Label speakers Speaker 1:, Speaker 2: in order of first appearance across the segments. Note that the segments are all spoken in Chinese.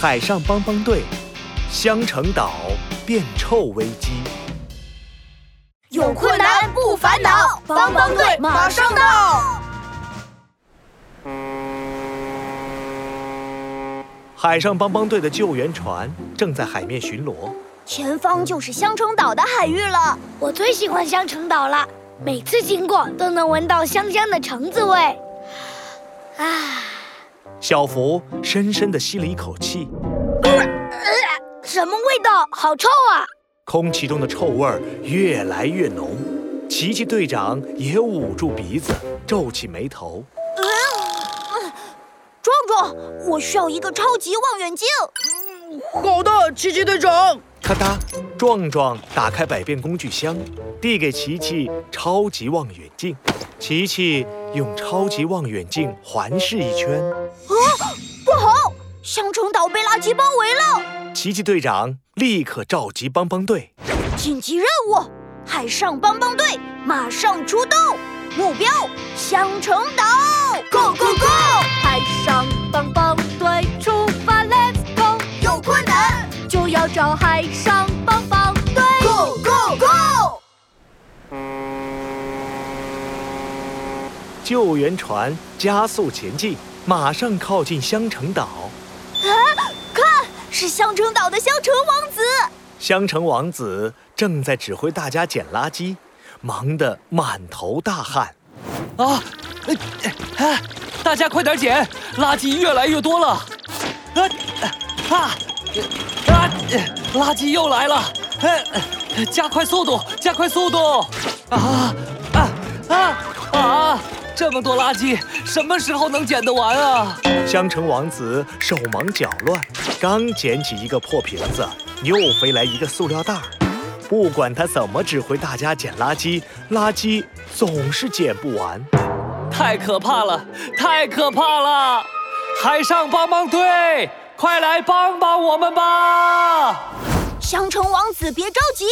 Speaker 1: 海上帮帮队，香橙岛变臭危机。
Speaker 2: 有困难不烦恼，帮帮队马上到。
Speaker 1: 海上帮帮队的救援船正在海面巡逻。
Speaker 2: 前方就是香橙岛的海域了，
Speaker 3: 我最喜欢香橙岛了，每次经过都能闻到香香的橙子味。啊，
Speaker 1: 小福深深地吸了一口气，
Speaker 3: 什么味道？好臭啊！
Speaker 1: 空气中的臭味儿越来越浓。琪琪队长也捂住鼻子，皱起眉头。
Speaker 2: 壮壮，我需要一个超级望远镜。
Speaker 4: 好的，奇奇队长。
Speaker 1: 咔嗒，壮壮打开百变工具箱，递给琪琪超级望远镜。琪琪用超级望远镜环视一圈，
Speaker 2: 不好，香橙岛被垃圾包围了！
Speaker 1: 琪琪队长立刻召集帮帮队。
Speaker 2: 紧急任务，海上帮帮队马上出动，目标香橙岛！Go go go！
Speaker 5: 海上帮帮队出发，Let's go！
Speaker 2: 有困难
Speaker 5: 就要找海上帮帮队。
Speaker 2: ，Go go go！
Speaker 1: 救援船加速前进，马上靠近香橙岛。
Speaker 2: 看，是香橙岛的香橙王子。
Speaker 1: 香橙王子正在指挥大家捡垃圾，忙得满头大汗。
Speaker 6: 啊！呃哎，大家快点捡，垃圾越来越多了。啊啊啊！垃圾又来了！哎，加快速度，加快速度！啊啊啊啊！这么多垃圾，什么时候能捡得完啊？
Speaker 1: 香橙王子手忙脚乱，刚捡起一个破瓶子，又飞来一个塑料袋儿。不管他怎么指挥大家捡垃圾，垃圾总是捡不完。
Speaker 6: 太可怕了，太可怕了！海上帮帮队，快来帮帮我们吧！
Speaker 2: 香橙王子别着急，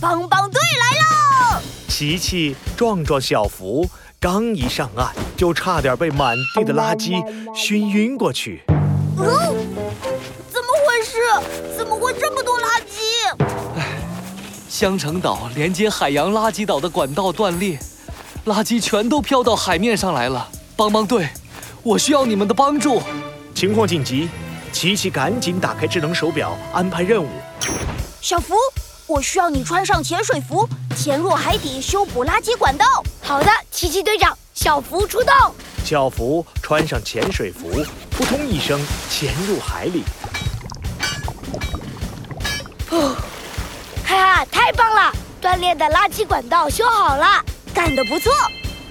Speaker 2: 帮帮队来喽！
Speaker 1: 琪琪、壮壮、小福刚一上岸，就差点被满地的垃圾熏晕过去。
Speaker 2: 哦怎么回事？怎么会这么多垃圾？
Speaker 6: 香橙岛连接海洋垃圾岛的管道断裂，垃圾全都飘到海面上来了。帮帮队，我需要你们的帮助。
Speaker 1: 情况紧急，琪琪赶紧打开智能手表安排任务。
Speaker 2: 小福，我需要你穿上潜水服，潜入海底修补垃圾管道。
Speaker 3: 好的，奇奇队长，小福出动。
Speaker 1: 小福穿上潜水服，扑通一声潜入海里。
Speaker 3: 哈哈，太棒了！断裂的垃圾管道修好了。
Speaker 2: 干得不错！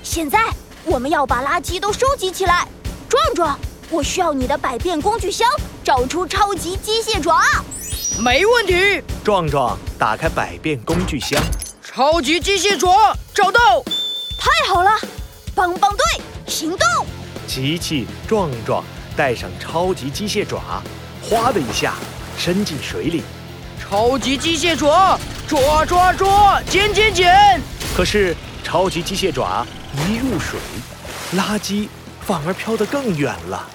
Speaker 2: 现在我们要把垃圾都收集起来。壮壮，我需要你的百变工具箱，找出超级机械爪。
Speaker 4: 没问题，
Speaker 1: 壮壮打开百变工具箱，
Speaker 4: 超级机械爪找到。
Speaker 2: 太好了，帮帮队行动！
Speaker 1: 琪琪、壮壮带上超级机械爪，哗的一下伸进水里。
Speaker 4: 超级机械爪抓抓抓，捡捡捡。
Speaker 1: 可是超级机械爪一入水，垃圾反而飘得更远了。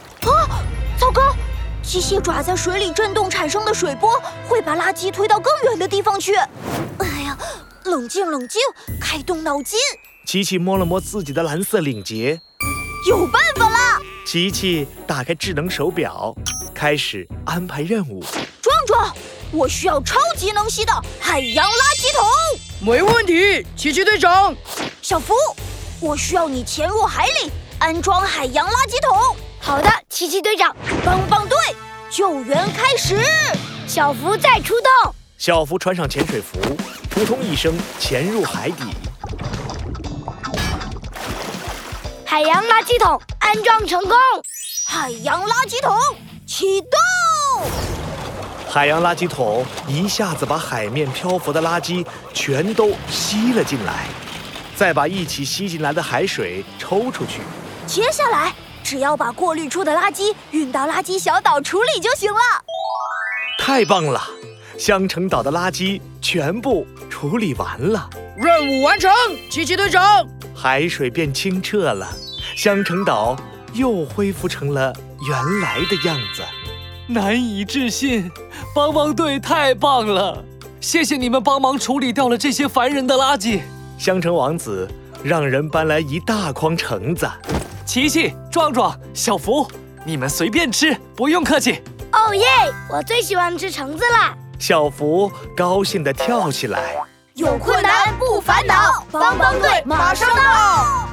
Speaker 2: 糟糕，机械爪在水里震动产生的水波会把垃圾推到更远的地方去。哎呀，冷静冷静，开动脑筋，
Speaker 1: 琪琪摸了摸自己的蓝色领结，
Speaker 2: 有办法啦！
Speaker 1: 琪琪打开智能手表，开始安排任务。
Speaker 2: 壮壮，我需要超级能吸的海洋垃圾桶。
Speaker 4: 没问题，奇奇队长。
Speaker 2: 小福，我需要你潜入海里安装海洋垃圾桶。
Speaker 3: 好的，奇奇队长，
Speaker 2: 帮帮队，救援开始！
Speaker 3: 小福再出动。
Speaker 1: 小福穿上潜水服，扑通一声潜入海底。
Speaker 3: 海洋垃圾桶安装成功。
Speaker 2: 海洋垃圾桶启动！
Speaker 1: 海洋垃圾桶一下子把海面漂浮的垃圾全都吸了进来，再把一起吸进来的海水抽出去。
Speaker 2: 接下来只要把过滤出的垃圾运到垃圾小岛处理就行了。
Speaker 1: 太棒了！香橙岛的垃圾全部处理完了，
Speaker 4: 任务完成，奇奇队长。
Speaker 1: 海水变清澈了，香橙岛又恢复成了原来的样子。
Speaker 6: 难以置信，帮帮队太棒了！谢谢你们帮忙处理掉了这些烦人的垃圾。
Speaker 1: 香橙王子让人搬来一大筐橙子，
Speaker 6: 琪琪、壮壮、小福，你们随便吃，不用客气。
Speaker 3: 哦耶！我最喜欢吃橙子啦。
Speaker 1: 小福高兴地跳起来。
Speaker 2: 有困难不烦恼，帮帮队马上到。